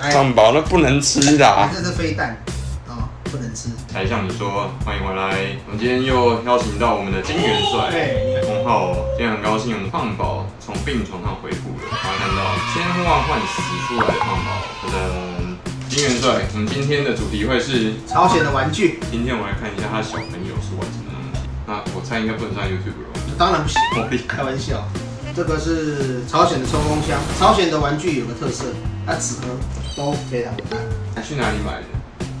哎汉堡那不能吃的、啊。这是飞弹，哦，不能吃。才向你说欢迎回来。我们今天又邀请到我们的金元帅对洪浩，今天很高兴我们胖宝从病床上回复了，大家看到千呼万唤始出来的胖宝，我的金元帅。我们今天的主题会是，朝鲜的玩具，今天我们来看一下他小朋友是玩什么东西。那我猜应该不能上 YouTube 了，当然不行，我立刻开玩笑。这个是朝鲜的冲锋枪，朝鲜的玩具有个特色，它纸盒都非常可爱。去哪里买的？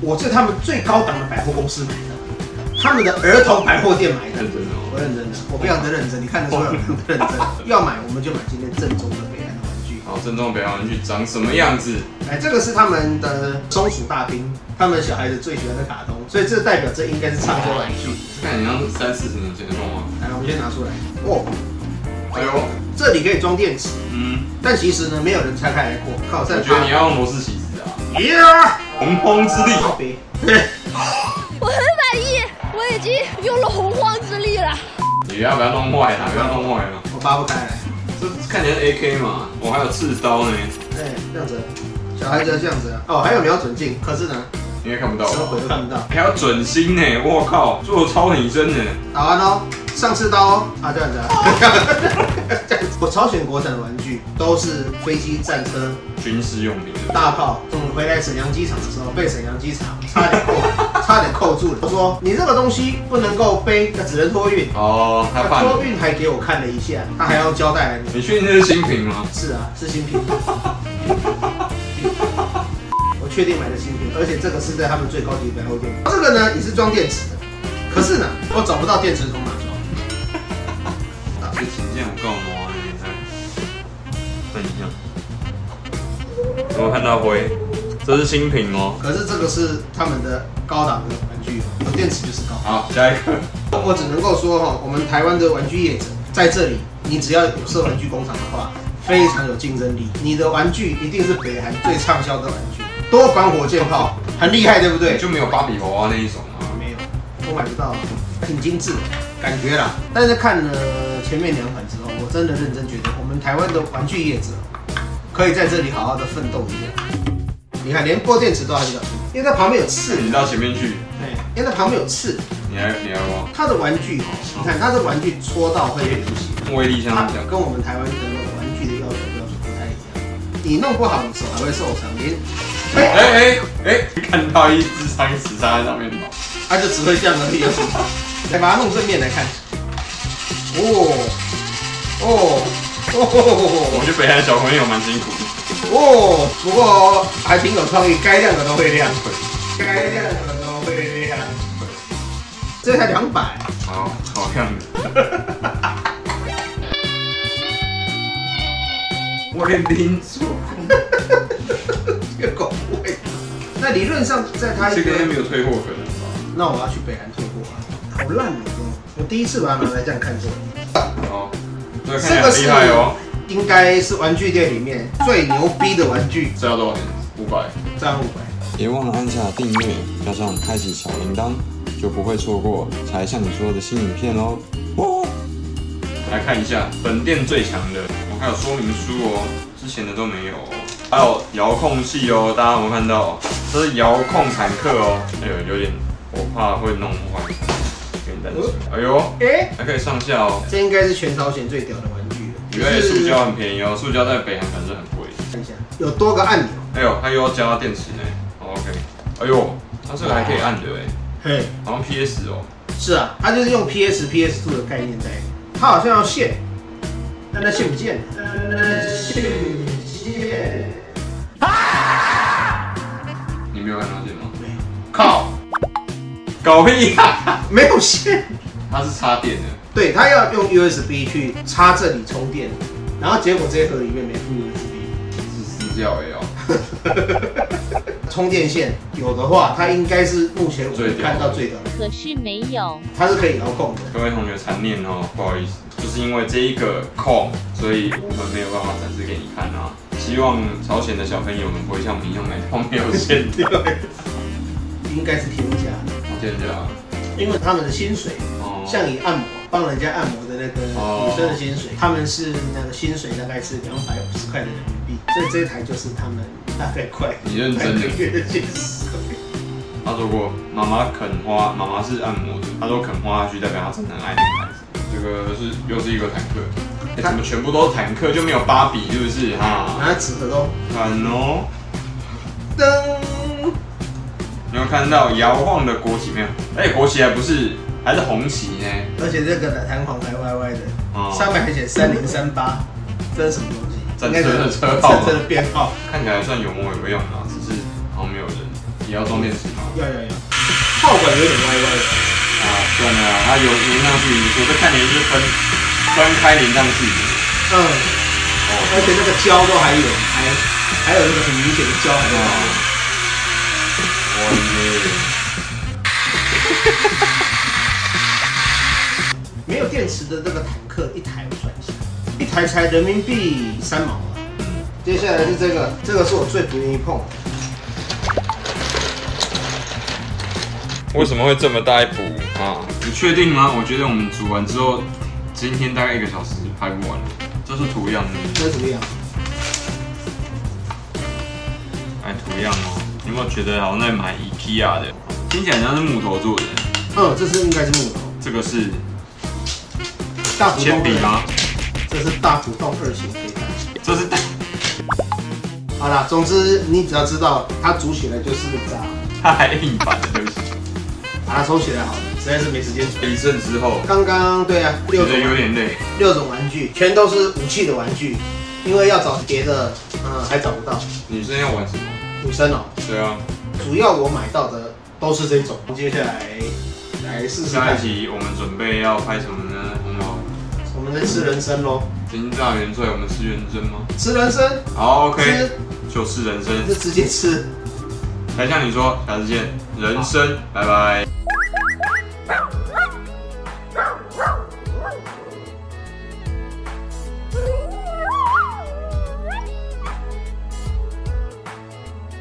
我是他们最高档的百货公司买的，他们的儿童百货店买的认。真哦。我认真的，我非常的认真，你看得出来我 非常的认真。要买我们就买今天正宗的北韩的玩具。好，郑重表演去长什么样子？哎，这个是他们的松鼠大兵，他们小孩子最喜欢的卡通，所以这代表这应该是畅销玩具。这看起来像是三四十年前的动画。来，我们先拿出来。哦，哎呦，这里可以装电池，嗯，但其实呢，没有人拆开来过。靠，我在觉得你要用螺丝起子啊，呀，洪荒之力。好别，我很满意，我已经用了洪荒之力了。你要不要弄坏它？不要弄坏了。我扒不开来。这看起来是 AK 嘛，我还有刺刀呢，哎，这样子，小孩子要这样子啊。哦，还有瞄准镜，可是呢，应该看不到什么吧鬼？都看不到。还有准心呢，我靠，做超拟真呢。打完喽，上刺刀哦啊，这样子啊。哦 这样子我朝鲜国产的玩具都是飞机、战车、军事用品。大炮。我们回来沈阳机场的时候，被沈阳机场差点扣，差点扣住了。我说你这个东西不能够背，那只能托运。哦，他他办托了。运还给我看了一下，他还要交代来你。你确定这是新品吗？是啊，是新品。 我确定买的新品，而且这个是在他们最高级百货店。这个呢也是装电池的，可是呢我找不到电池从哪装。这琴键我够摸了，你看，看一下，有没有看到灰？这是新品哦。可是这个是他们的高档的玩具，哦有电池就是高。好，下一个。我只能够说哈，我们台湾的玩具业者在这里，你只要有设玩具工厂的话，非常有竞争力。你的玩具一定是北韩最畅销的玩具，多管火箭炮很厉害，对不对？就没有芭比娃娃那一种啊吗？没有，我买不到，挺精致的感觉啦。但是看了前面两款之后，我真的认真觉得我们台湾的玩具业者可以在这里好好的奋斗一下。你看，连过电池都还比较粗，因为它旁边有刺，你到前面去，哎，因为它旁边有刺，你还你还吗？它的玩具哦，你看它的玩具戳到会流血，威力相它当强。跟我们台湾的玩具的要求标准不太一样。你弄不好，你手还会受伤，连哎，哎哎哎，看到一只苍蝇死在上面跑。它就只会这样而已， 有什么？来把它弄正面来看，哦，哦，哦，我觉得北韩小朋友蛮辛苦的。哦，不过还挺有创意，该亮的都会亮，该亮的都会亮。这才两百，好好样的！ 我连拎错，这个狗味。那理论上，在它一这个个，应该没有退货可能吧？那我要去北韩退货啊，好烂哦！我第一次把它拿来这样看过，哦，这个看起来很厉害哦。应该是玩具店里面最牛逼的玩具，这要多少钱？五百。占五百。别忘了按下订阅，加上开启小铃铛，就不会错过才像你说的新影片喽。哦，来看一下本店最强的，我还有说明书哦，之前的都没有、哦。还有遥控器哦，大家有没有看到？这是遥控坦克哦。哎呦，有点，我怕会弄坏，有点担心。哎呦，哎，还可以上下哦。这应该是全朝鲜最屌的玩具了。原来塑胶很便宜哦，塑胶在北韩反正很贵。看一下，有多个按钮。哎呦，它又要加电池呢。哦 OK。哎呦，它这个还可以按的哎。嘿，好像 PS 哦，是啊，它就是用 PS、PS Two 的概念在，它好像要线，但它线不见了，线不见，你没有看到这吗？没有，靠，搞屁呀、没有线。 它是插电的，对，它要用 USB 去插这里充电，然后结果这一盒里面没附 USB。是私教哎哦， 充电线有的话，它应该是目前我最们屌的看到最屌的，可是没有。它是可以遥控的。各位同学残念哦，不好意思，就是因为这一个空，所以我们没有办法展示给你看啊。希望朝鲜的小朋友们不会像我们一样买到没有线的，应该是天价，我见一下啊，因为他们的薪水哦，像以按摩帮人家按摩的那个哦女生的薪水，他们是那个薪水大概是两百五十块的人民币，所以这一台就是他们大概快你认真的半个月的薪水。他说过，妈妈肯花，妈妈是按摩的。他说肯花下去，代表他真的很爱这个孩子。这个是又是一个坦克，欸、怎么全部都是坦克就没有芭比是不是哈？拿纸的都惨哦！噔，你有看到摇晃的国旗没有？而且国旗还不是，还是红旗呢。而且这个弹簧还歪歪的，哦上面还写三零三八，这是什么东西？战应车该是的车号战车的编号。看起来算有模有样啊，只是好像没有人，也要装电池吗？要要要，炮管有点歪歪的。啊，算了啊，他有连上去，我在看你是分分开连上去。嗯，而哦，且那个胶都还有，还还有那个很明显的胶还哇在。哇耶！没有电池的那个坦克一台我算一下，一台才人民币三毛啊。接下来是这个，这个是我最不愿意碰的。为什么会这么大一补？啊，你确定吗？我觉得我们煮完之后，今天大概一个小时拍不完。这是图样，这怎么样？哎，图样哦。你有没有觉得好像在买 IKEA 的？听起来像是木头做的。嗯，这是应该是木头，这个是大浦铅东笔二吗？这是大浦东二型飞弹。这是大好啦，总之你只要知道它煮起来就是炸，太硬板了，对不起。把它收起来好了，实在是没时间煮。一阵之后，刚刚对啊，觉六得种有点累。六种玩具全都是武器的玩具，因为要找别的，嗯，还找不到。女生要玩什么？女生哦，对啊，主要我买到的都是这种。接下来来试试下看一，集我们准备要拍什么呢？红楼我们在吃人参喽，金大元帅，我们吃元珍吗？吃人参，好，OK，吃就是人生。就直接吃。才像你说，下次见，人生，拜拜。